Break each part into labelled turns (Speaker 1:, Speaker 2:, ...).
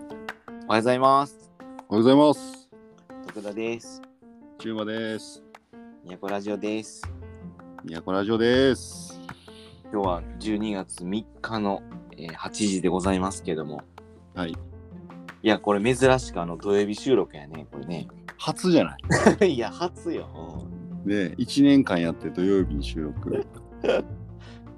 Speaker 1: おはようございます。
Speaker 2: おはようございます。
Speaker 1: 徳田です。
Speaker 2: 中馬です。
Speaker 1: 宮古ラジオです。
Speaker 2: 宮古ラジオです。
Speaker 1: 今日は12月3日の、えー8時でございますけども。
Speaker 2: はい。
Speaker 1: いや、これ珍しくあの土曜日収録やね、これね。
Speaker 2: 初じゃない。
Speaker 1: いや、初よ。
Speaker 2: で、1年間やって土曜日に収録。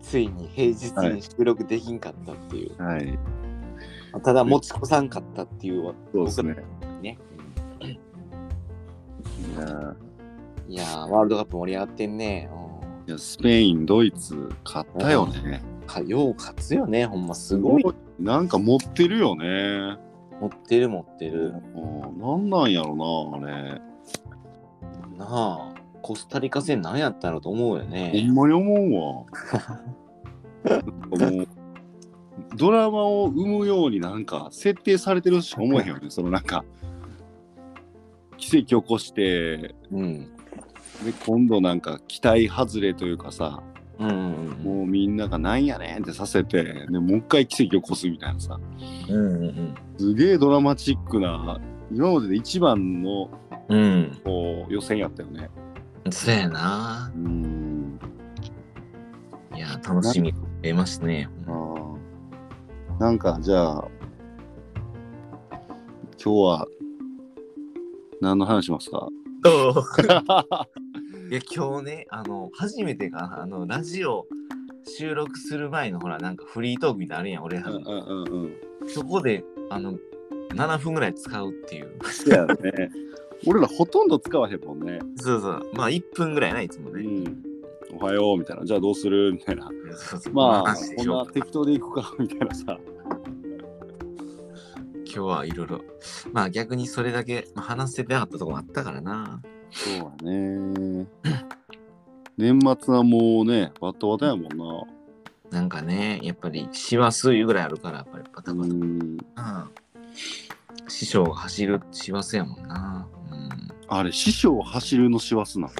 Speaker 1: ついに平日に収録できんかったっていう。
Speaker 2: はい。
Speaker 1: ただ持ち越さんかったっていう
Speaker 2: そうですね。
Speaker 1: ね。
Speaker 2: いやー
Speaker 1: いやー、ワールドカップ盛り上がってんね。うん
Speaker 2: いやスペイン、ドイツ、勝ったよね。
Speaker 1: かよう勝つよね、ほんますごい。
Speaker 2: なんか持ってるよね。
Speaker 1: 持ってる持ってる。
Speaker 2: うんなんなんやろな、あれ。
Speaker 1: なあ、コスタリカ戦何やったのと思うよね。
Speaker 2: ほんまに思 うわ。なんかもうドラマを生むようになんか設定されてるしか思えへんよね。そのなんか奇跡起こして
Speaker 1: うん。
Speaker 2: で今度なんか期待外れというかさ
Speaker 1: うんうんうん
Speaker 2: もうみんながなんやねんってさせてでもう一回奇跡起こすみたいなさ
Speaker 1: うんうん
Speaker 2: すげえドラマチックな今までで一番の
Speaker 1: うん。
Speaker 2: こう予選やったよね
Speaker 1: うん。そうやな
Speaker 2: う。ん
Speaker 1: いや、楽しみ得ますね。
Speaker 2: あーなんかじゃあ今日は何の話しますか
Speaker 1: いや、今日ね、あの、初めてかな、あの、ラジオ収録する前の、ほら、なんかフリートークみたいなのあるやん、俺ら
Speaker 2: うん
Speaker 1: の、
Speaker 2: うんうんうん
Speaker 1: そこで、あの、7分ぐらい使うっていう。
Speaker 2: そうやね俺らほとんど使わへんもんね、
Speaker 1: そうそう。まあ、1分ぐらいない、いつも
Speaker 2: う
Speaker 1: ね。
Speaker 2: ん、おはようみたいなじゃあどうするみたいな
Speaker 1: そうそう。
Speaker 2: まあ、
Speaker 1: 話で
Speaker 2: こん
Speaker 1: しょ
Speaker 2: な
Speaker 1: うか
Speaker 2: 適当でいくか、みたいなさ。
Speaker 1: 今日はいろいろ。まあ、逆にそれだけ、まあ、話せてなかったとこもあったからな。
Speaker 2: そうだね。 年末はもうね、バッタバタやもんな。
Speaker 1: なんかね、やっぱり、師走いうぐらいあるから、やっぱりバタ
Speaker 2: う
Speaker 1: バタ。
Speaker 2: ん。
Speaker 1: うん師匠が走る師走やもんな。うん。
Speaker 2: あれ、師匠走るの師走なの。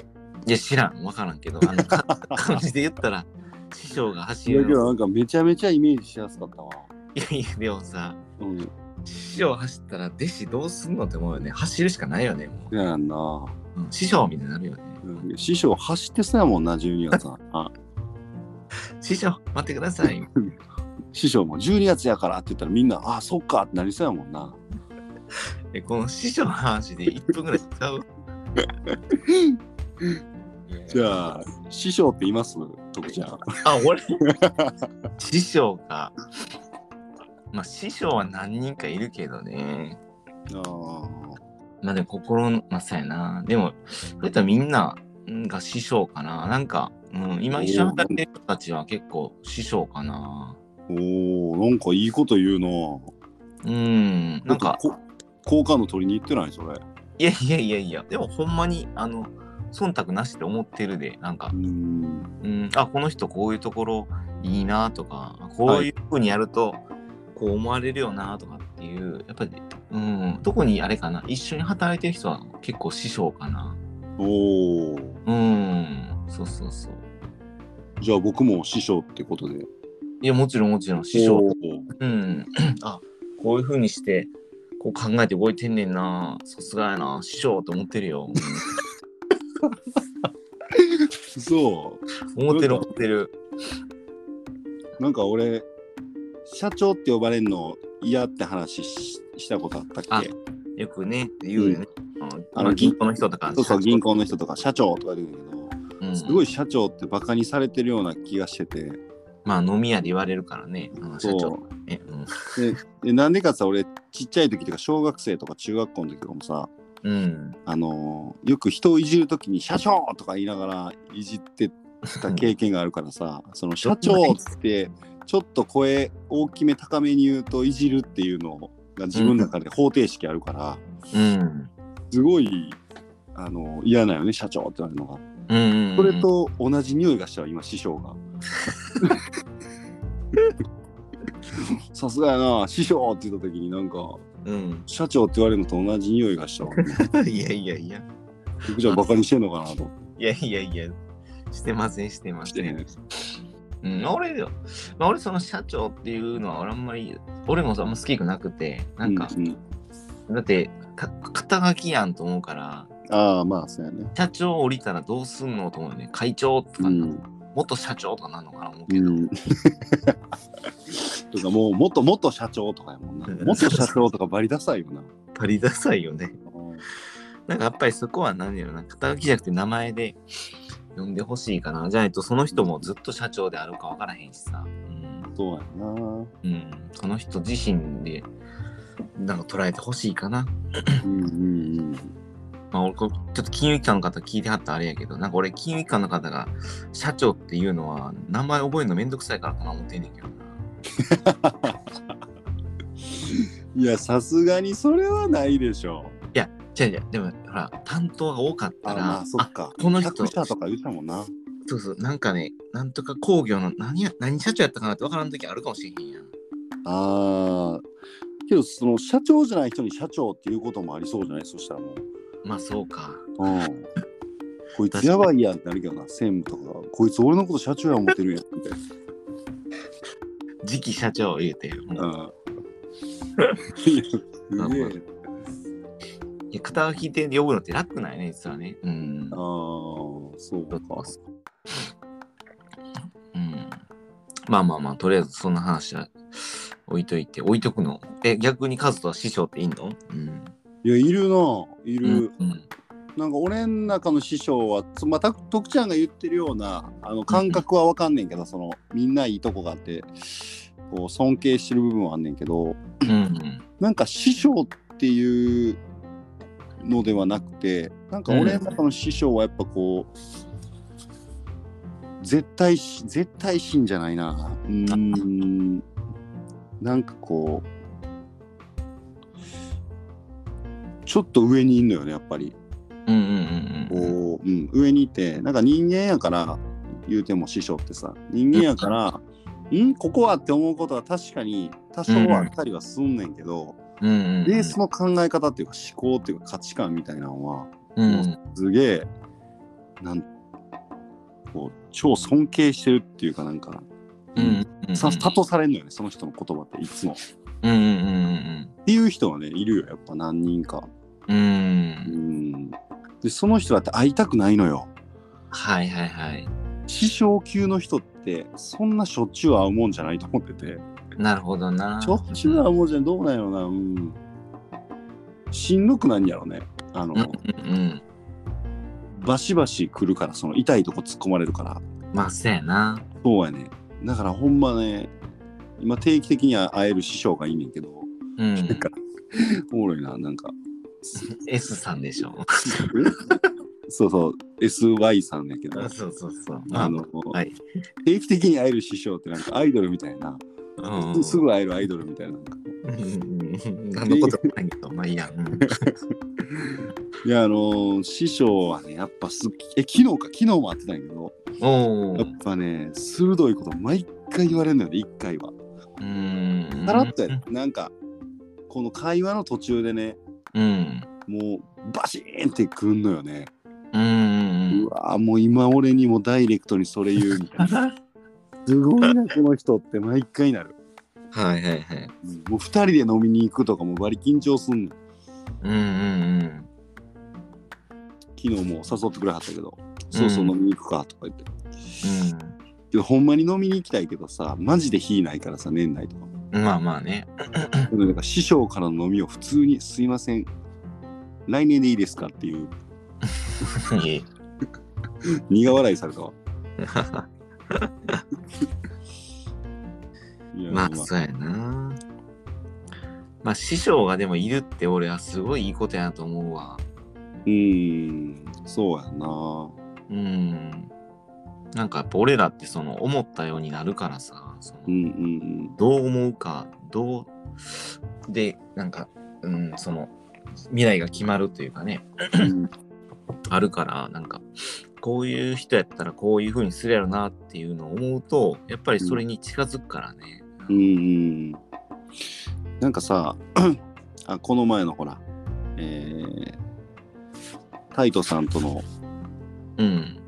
Speaker 1: いや、知らん、わからんけど、あの、 か感じで言ったら、師匠が走
Speaker 2: いやけど
Speaker 1: る。
Speaker 2: なんかめちゃめちゃイメージしやすかったわ。
Speaker 1: いやいや、でもさ、
Speaker 2: うん。
Speaker 1: 師匠走ったら、弟子どうすんのって思うよね。走るしかないよね、も
Speaker 2: いややんな。
Speaker 1: う。うん師匠みたいになるよね。
Speaker 2: うん師匠走ってそうやもんな、12月 は。あ
Speaker 1: 師匠、待ってください。
Speaker 2: 師匠も12月やからって言ったらみんな、あ、そっかってなりそうやもんな。
Speaker 1: え、この師匠の話で1分ぐらい使う。
Speaker 2: じゃあ、師匠って言います徳ちゃん。
Speaker 1: あ、俺師匠か。まあ、師匠は何人かいるけどね。
Speaker 2: ああ。
Speaker 1: まあでも心の、まあ、そうやな。でも、そういったらみんなが師匠かな。なんか、うん、今一緒に働いてる人たちは結構師匠かな。
Speaker 2: おお、なんかいいこと言うな。
Speaker 1: うん、なんか、
Speaker 2: こ、好感度取りに行ってないそれ。
Speaker 1: いやいやいやいや、でもほんまに、あの、忖度なしって思ってるで、なんか
Speaker 2: う、ん。
Speaker 1: うん、あ、この人こういうところいいなとか、こういうふうにやると、こう思われるよなとかっていう、やっぱり、うん、特にあれかな、一緒に働いてる人は結構師匠かな。
Speaker 2: おお。
Speaker 1: うん、そうそうそう。
Speaker 2: じゃあ僕も師匠ってことで。
Speaker 1: いや、もちろんもちろん、師
Speaker 2: お
Speaker 1: 匠。
Speaker 2: ー
Speaker 1: うん。あ、こういう風にして、こう考えて動いてんねんな。さすがやな、師匠と思ってるよ。
Speaker 2: そ
Speaker 1: 思ってる思ってる。
Speaker 2: う。なんか俺、社長って呼ばれんの嫌って話ししたことあったっけ
Speaker 1: よくね、言うよね。あ
Speaker 2: あ
Speaker 1: の
Speaker 2: の
Speaker 1: 銀行の人とか。
Speaker 2: そうそう、銀行の人とか社長とか言うんだ
Speaker 1: うん。
Speaker 2: けど、すごい社長ってバカにされてるような気がしてて。
Speaker 1: まあ、飲み屋で言われるからね。うん社長
Speaker 2: そ
Speaker 1: ね。うん
Speaker 2: う。で、なんでかさ、俺、ちっちゃい時とか、小学生とか中学校の時とかもさ、
Speaker 1: うん。
Speaker 2: あのーよく人をいじるときに「社長!」とか言いながらいじってた経験があるから さその「社長!」ってちょっと声大きめ高めに言うといじるっていうのが自分の中で方程式あるから、
Speaker 1: うん。
Speaker 2: すごい、あのー嫌なよね「社長!」って言われるのが。
Speaker 1: うんうん。
Speaker 2: それと同じ匂いがしたわ今師匠 が。さすがやな師匠って言った時になんか
Speaker 1: うん。
Speaker 2: 社長って言われるのと同じ匂いがしたわ。
Speaker 1: いやいやいや。
Speaker 2: 僕じゃバカにしてんのかなと思
Speaker 1: いやいやいや。してません、してま
Speaker 2: っ
Speaker 1: せ
Speaker 2: て
Speaker 1: ん。。うん、俺よ、まあ、俺その社長っていうのは俺あんまり俺もあんま好きくなくてなんか、
Speaker 2: うんうん
Speaker 1: だって、た肩書きやんと思うから、
Speaker 2: ああ、まあ、そうやね。
Speaker 1: 社長降りたらどうすんのと思うよね。会長と
Speaker 2: う
Speaker 1: か、
Speaker 2: ん。
Speaker 1: 元社長とかなんのかな思う
Speaker 2: う
Speaker 1: けど。
Speaker 2: ん。とか、もう、元元社長とかやもんな。元社長とかバリダサいよな。
Speaker 1: 足りださいよね。
Speaker 2: うん
Speaker 1: なんかやっぱりそこは何やろな。肩書きじゃなくて名前で呼んでほしいかな。じゃないとその人もずっと社長であるかわからへんしさ。うん。
Speaker 2: そうやな。
Speaker 1: うん。その人自身で、なんか捉えてほしいかな。
Speaker 2: うんうんうん。
Speaker 1: まあ、俺これちょっと金融機関の方聞いてはったらあれやけど、なんか俺金融機関の方が社長っていうのは名前覚えるのめんどくさいからかな思ってんねんけどな。
Speaker 2: いや、さすがにそれはないでしょう。
Speaker 1: 違う違う、でもほら、担当が多かった
Speaker 2: あ、
Speaker 1: ら、
Speaker 2: まあ、そっか。
Speaker 1: この人
Speaker 2: 100社とか言ってたもんな。
Speaker 1: そうそう、なんかね、なんとか工業の何や何社長やったかなって分からん時あるかもしれへんやん。
Speaker 2: ああ。けど、その社長じゃない人に社長っていうこともありそうじゃないそしたらもう。
Speaker 1: まあそうか。
Speaker 2: うん。こいつやばいやんってなるけどな、専務とかが。こいつ俺のこと社長や思ってるやんみたい
Speaker 1: 次期社長言うて、もう
Speaker 2: な。うん。いや すげえ。
Speaker 1: いや肩書きで呼ぶのって楽なんやね、実はね。うん
Speaker 2: ああ、。そうか。
Speaker 1: うん、まあまあまあ、とりあえずそんな話は置いといて、置いとくの。え、逆にカズとは師匠っていいのうん。
Speaker 2: いや、いるな、いる。
Speaker 1: うん。
Speaker 2: なんか俺ん中の師匠はつまた徳ちゃんが言ってるようなあの感覚はわかんねんけど、そのみんないいとこがあってこう尊敬してる部分はあんねんけど
Speaker 1: うん。
Speaker 2: なんか師匠っていうのではなくてなんか俺ん中の師匠はやっぱこう、絶対し絶対心じゃないなうーんなんかこうちょっと上にいんのよねやっぱり。
Speaker 1: うんうんうん
Speaker 2: こう、うん、上にいてなんか人間やから言うても師匠ってさ人間やから、んここはって思うことは確かに多少はあったりはすんねんけど、
Speaker 1: うん。うん。
Speaker 2: ベースの考え方っていうか思考っていうか価値観みたいなのは
Speaker 1: うん。
Speaker 2: すげえなんこう超尊敬してるっていうかなんか、
Speaker 1: うん。うん。
Speaker 2: さ諭されんのよねその人の言葉っていつも。
Speaker 1: うんうんうん
Speaker 2: っていう人はねいるよやっぱ何人か。
Speaker 1: うん。う。
Speaker 2: うんん、でその人だって会いたくないのよ。
Speaker 1: はいはいはい。
Speaker 2: 師匠級の人ってそんなしょっちゅう会うもんじゃないと思ってて
Speaker 1: なるほどな。
Speaker 2: しょっちゅう会うもんじゃどうなんやろなうんしんどくなんやろねあの、
Speaker 1: うんうん。
Speaker 2: バシバシ来るからその痛いとこ突っ込まれるから
Speaker 1: まあそうやな。
Speaker 2: そうやねだからほんまね今定期的には会える師匠がいいねんけど
Speaker 1: うん。
Speaker 2: おもろいななんか
Speaker 1: S さんでしょ。
Speaker 2: そうそう SY さんやけど
Speaker 1: そうそうそう。
Speaker 2: あの、
Speaker 1: はい。
Speaker 2: 定期的に会える師匠ってなんかアイドルみたいな、
Speaker 1: うん
Speaker 2: すぐ会えるアイドルみたいななんか
Speaker 1: うん何のこともないけど、まあいいや。うん
Speaker 2: いやあのー師匠はねやっぱすっきえ昨日か昨日も会ってたんやけど
Speaker 1: お
Speaker 2: やっ
Speaker 1: ー
Speaker 2: ぱね鋭いこと毎回言われるのよね一回は。
Speaker 1: うーん。
Speaker 2: さらっとやなんかこの会話の途中でね
Speaker 1: うん。
Speaker 2: もうバシーンってくんのよね。
Speaker 1: うんうん
Speaker 2: うわーもう今俺にもダイレクトにそれ言うみ たいな。すごいなこの人って毎回なる。
Speaker 1: うん。はいはいはい。
Speaker 2: うんもう2人で飲みに行くとかもバリ緊張すんの。
Speaker 1: うんうん
Speaker 2: 昨日も誘ってくれはったけど、そうそう飲みに行くかとか言って。けどほんまに飲みに行きたいけどさマジで火ないからさ年内とか
Speaker 1: うん。まあまあね。
Speaker 2: もなんか師匠からの飲みを普通に「すいません来年でいいですか?」っていう苦笑いさ れたわいや
Speaker 1: まあそうやな。まあ師匠がでもいるって俺はすごいいいことやなと思うわ。
Speaker 2: うーんそうやな
Speaker 1: うん。なんかやっぱ俺らってその思ったようになるからさ。その
Speaker 2: うんうん
Speaker 1: どう思うかどうでなんか、うん、その未来が決まるというかね
Speaker 2: うん
Speaker 1: あるからなんかこういう人やったらこういう風にするやろなっていうのを思うとやっぱりそれに近づくからね。
Speaker 2: うんうんなんかさあこの前のほらえー、タイトさんとの
Speaker 1: うん、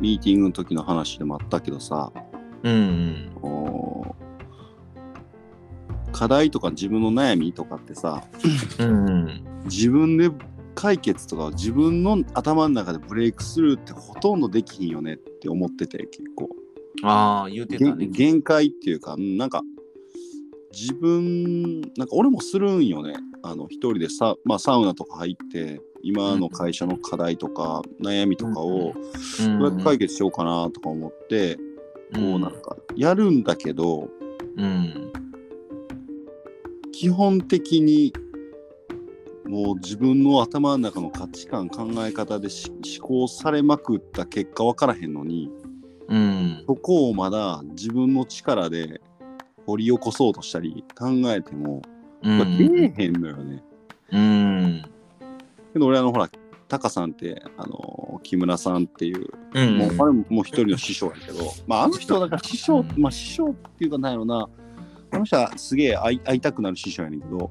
Speaker 2: ミーティングの時の話でもあったけどさ
Speaker 1: うん、うん
Speaker 2: こう課題とか自分の悩みとかってさ
Speaker 1: うんうん
Speaker 2: 自分で解決とか自分の頭の中でブレイクスルーってほとんどできひんよねって思ってて結構
Speaker 1: ああ言うてたね
Speaker 2: 限限界っていうかうんなんか自分なんか俺もするんよねあの一人でさ、まあ、サウナとか入って今の会社の課題とか悩みとかをどうやって解決しようかなとか思って、こうなんかやるんだけど
Speaker 1: うん
Speaker 2: 基本的にもう自分の頭の中の価値観考え方でし思考されまくった結果分からへんのに
Speaker 1: うん
Speaker 2: そこをまだ自分の力で掘り起こそうとしたり考えても、
Speaker 1: うん
Speaker 2: まあ、出えへんのよね。
Speaker 1: うん
Speaker 2: けど俺あのほらタカさんってあの木村さんっていう、
Speaker 1: うん
Speaker 2: もうあれももう一人の師匠やけど、まあ、あの人はだから師匠、まあ、師匠っていうかなんやろなあの人はすげえ会い会いたくなる師匠やねんけど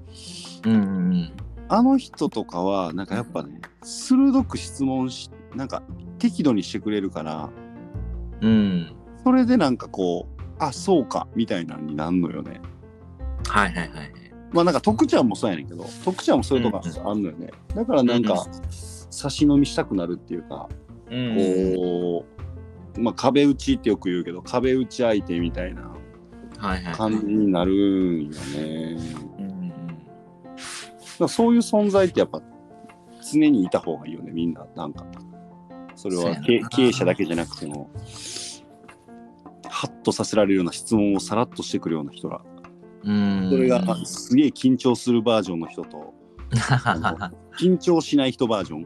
Speaker 1: うんうん
Speaker 2: あの人とかはなんかやっぱね鋭く質問しなんか適度にしてくれるから
Speaker 1: うん
Speaker 2: それでなんかこうあそうかみたいなのになんのよね。
Speaker 1: はいはいはい
Speaker 2: まあなんか徳ちゃんもそうやねんけど徳ちゃんもそういうとこあんのよね、だからなんか差し飲みしたくなるっていうか、
Speaker 1: うん
Speaker 2: こうまあ壁打ちってよく言うけど壁打ち相手みたいな
Speaker 1: はいはい
Speaker 2: 感じになるんよね、だか
Speaker 1: うん
Speaker 2: らそういう存在ってやっぱ常にいた方がいいよねみんななんかそれは
Speaker 1: そうや
Speaker 2: 経
Speaker 1: な
Speaker 2: 経営者だけじゃなくてもハッとさせられるような質問をさらっとしてくるような人ら
Speaker 1: うん
Speaker 2: それがすげえ緊張するバージョンの人とあの緊張しない人バージョン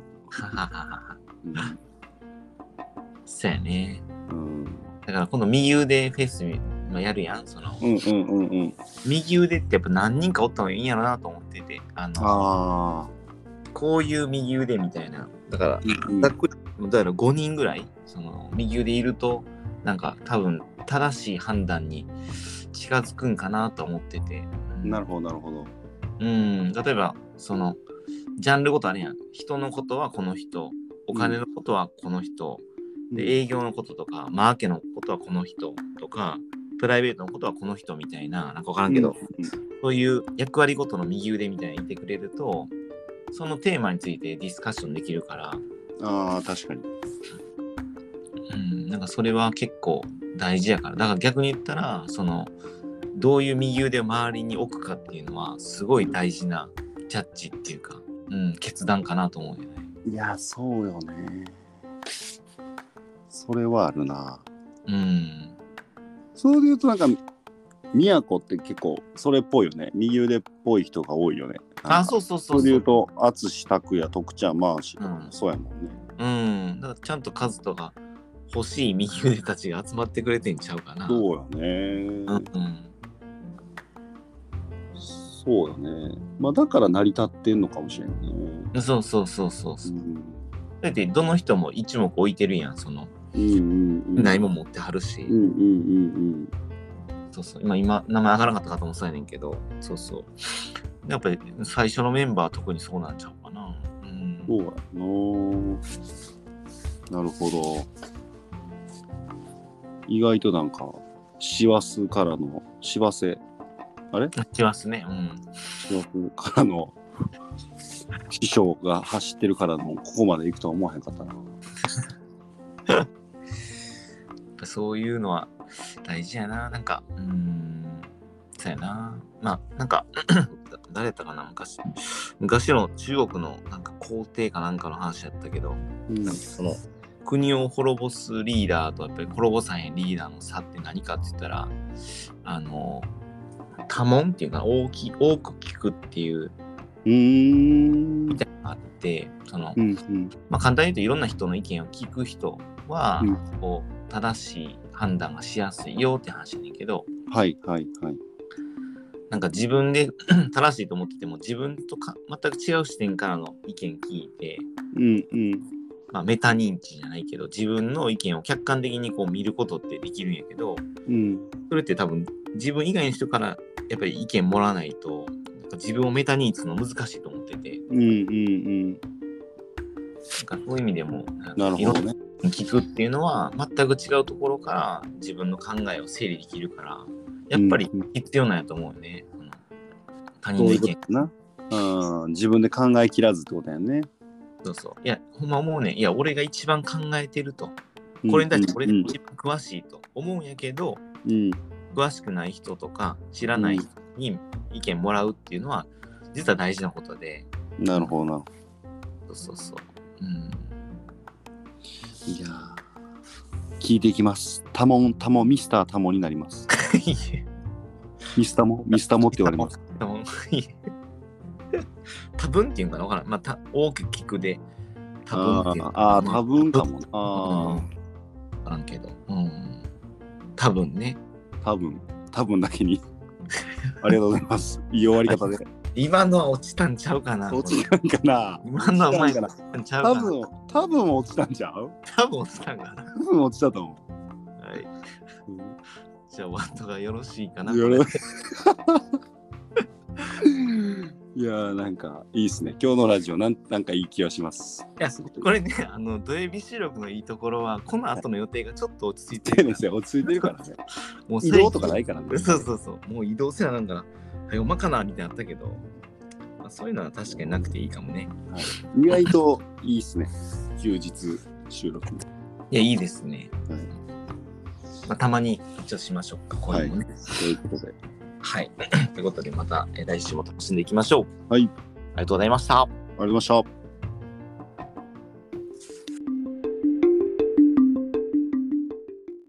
Speaker 1: そうやね
Speaker 2: うん
Speaker 1: だから今度右腕フェスまあやるやんその
Speaker 2: うんうんうんうん。右
Speaker 1: 右腕ってやっぱ何人かおったのがいいんやろなと思っててあの
Speaker 2: ああ。
Speaker 1: こういう右腕みたいなだから
Speaker 2: うん
Speaker 1: ざっくりだから5人ぐらいその右腕いるとなんか多分正しい判断に近づくんかなと思ってて、うん
Speaker 2: なるほどなるほど。
Speaker 1: うん例えばそのジャンルごとあるやん人のことはこの人お金のことはこの人、で営業のこととかマーケのことはこの人とかプライベートのことはこの人みたいななんか分からんけど、そういう役割ごとの右腕みたいにいてくれるとそのテーマについてディスカッションできるから、
Speaker 2: ああ確かに。
Speaker 1: うん、なんかそれは結構大事やからだから逆に言ったらそのどういう右腕を周りに置くかっていうのはすごい大事なジャッジっていうか、うん、決断かなと思うよね。
Speaker 2: いやそうよね。それはあるな。
Speaker 1: うん、
Speaker 2: それで言うとなんか宮古って結構それっぽいよね。右腕っぽい人が多いよね。
Speaker 1: あ
Speaker 2: う
Speaker 1: そうそうそ
Speaker 2: そうれ
Speaker 1: そう
Speaker 2: で言うと淳拓也徳ちゃんまあし
Speaker 1: うん
Speaker 2: そうやもんね。
Speaker 1: うん、だからちゃんとカズとか欲しい右腕たちが集まってくれてんちゃうかな。
Speaker 2: そうよね。
Speaker 1: うんうん
Speaker 2: そうよね。まあだから成り立ってんのかもしれんね。
Speaker 1: そうそうそうそうそううんだってどの人も一目置いてるやんその
Speaker 2: うんうんうん。
Speaker 1: 何も持ってはるし、
Speaker 2: うんうんうん
Speaker 1: そうそう今今名前上がらなかったかと思ってたんやねんけどそうそうやっぱり最初のメンバーは特にそうなんちゃうかなうん
Speaker 2: うん。そうやな。なるほど。意外となんか、師走からの、師走、
Speaker 1: しますねうん
Speaker 2: 師走からの師匠が走ってるからの、ここまで行くとは思わへんかったな。
Speaker 1: やっぱそういうのは大事やななんかうんそうやなまあなんか 誰やったかな昔昔の中国のなんか皇帝かなんかの話やったけど
Speaker 2: うん
Speaker 1: なんかその国を滅ぼすリーダーとやっぱり滅ぼさへんリーダーの差って何かって言ったらあの多聞っていうか大き多く聞くっていう
Speaker 2: うーん。
Speaker 1: みたいなのがあってその
Speaker 2: う、んうん
Speaker 1: まあ、簡単に言うといろんな人の意見を聞く人は、
Speaker 2: うん
Speaker 1: こう正しい判断がしやすいよって話やねんけど
Speaker 2: はいはいはい。
Speaker 1: なんか自分で 正しいと思ってても自分とか全く違う視点からの意見聞いて、
Speaker 2: うんうん。
Speaker 1: まあ、メタ認知じゃないけど自分の意見を客観的にこう見ることってできるんやけど
Speaker 2: うん。
Speaker 1: それって多分自分以外の人からやっぱり意見もらわないとなんか自分をメタ認知するの難しいと思ってて
Speaker 2: うんうん
Speaker 1: なんかそういう意味でも
Speaker 2: うん。なる
Speaker 1: いろ
Speaker 2: ほ
Speaker 1: ん
Speaker 2: どね。
Speaker 1: 聞くっていうのは全く違うところから自分の考えを整理できるからやっぱり
Speaker 2: うん
Speaker 1: 必要なんやと思うよね。うん他人
Speaker 2: そう
Speaker 1: の意
Speaker 2: いうこ
Speaker 1: 見
Speaker 2: とかな。うん、自分で考えきらずってことやね。
Speaker 1: そうそういやほんま思うねんいや俺が一番考えてると
Speaker 2: うん
Speaker 1: これに対して俺
Speaker 2: う
Speaker 1: が
Speaker 2: ん
Speaker 1: 一番詳しいと思うんやけど、
Speaker 2: うん、
Speaker 1: 詳しくない人とか知らない人に意見もらうっていうのは実は大事なことで
Speaker 2: なるほどな。
Speaker 1: そうそうそう、うん、
Speaker 2: いやー聞いていきます。タモン、タモン、ミスタータモンになります。ミスタモン、ミスタモンって言われます。
Speaker 1: 多分いい 多分っていうんかなわからん、まあ、た大きく聞くで多分っていうのかな
Speaker 2: あーあー、
Speaker 1: ま
Speaker 2: 多分かもな。
Speaker 1: う
Speaker 2: あ
Speaker 1: んわからんけど、うん、多分ね
Speaker 2: ー多分、多分だけに。 ありがとうございます。いい終わり方で。
Speaker 1: 今のは落ちたんちゃうかな
Speaker 2: 落ちたんかな
Speaker 1: 今のはうまい
Speaker 2: 落ちたん
Speaker 1: 落
Speaker 2: か
Speaker 1: ちたんちゃうか
Speaker 2: な多
Speaker 1: な
Speaker 2: 分、多分落ちたんちゃう
Speaker 1: 多分落ちたんかな、
Speaker 2: 多分落ちたと思
Speaker 1: はい、
Speaker 2: う。
Speaker 1: じゃあワットがよろしいかな
Speaker 2: よろ いやーなんかいいですね今日のラジオなんなんかいい気がします
Speaker 1: いやこれね、あの、土曜日収録のいいところは、この後の予定がちょっと落ち着いて
Speaker 2: 丁寧
Speaker 1: る
Speaker 2: で。すよ落ち着いてるから ね
Speaker 1: もう
Speaker 2: 移動とかないいからね
Speaker 1: そうそうそう。もう移動せななんから、はい、おまかなみたいなのあったけど、まあ、そういうのは確かになくていいかもね。
Speaker 2: 意外といいっすね。休日収録。
Speaker 1: いや、いいですね。
Speaker 2: はい
Speaker 1: まあ、たまに一応しましょうか、今
Speaker 2: はい
Speaker 1: 度もね。
Speaker 2: ということで。
Speaker 1: はい。ということで、またえー来週も楽しんでいきましょう。
Speaker 2: はい。ありがとう
Speaker 1: ありがとうございました。
Speaker 2: ございました。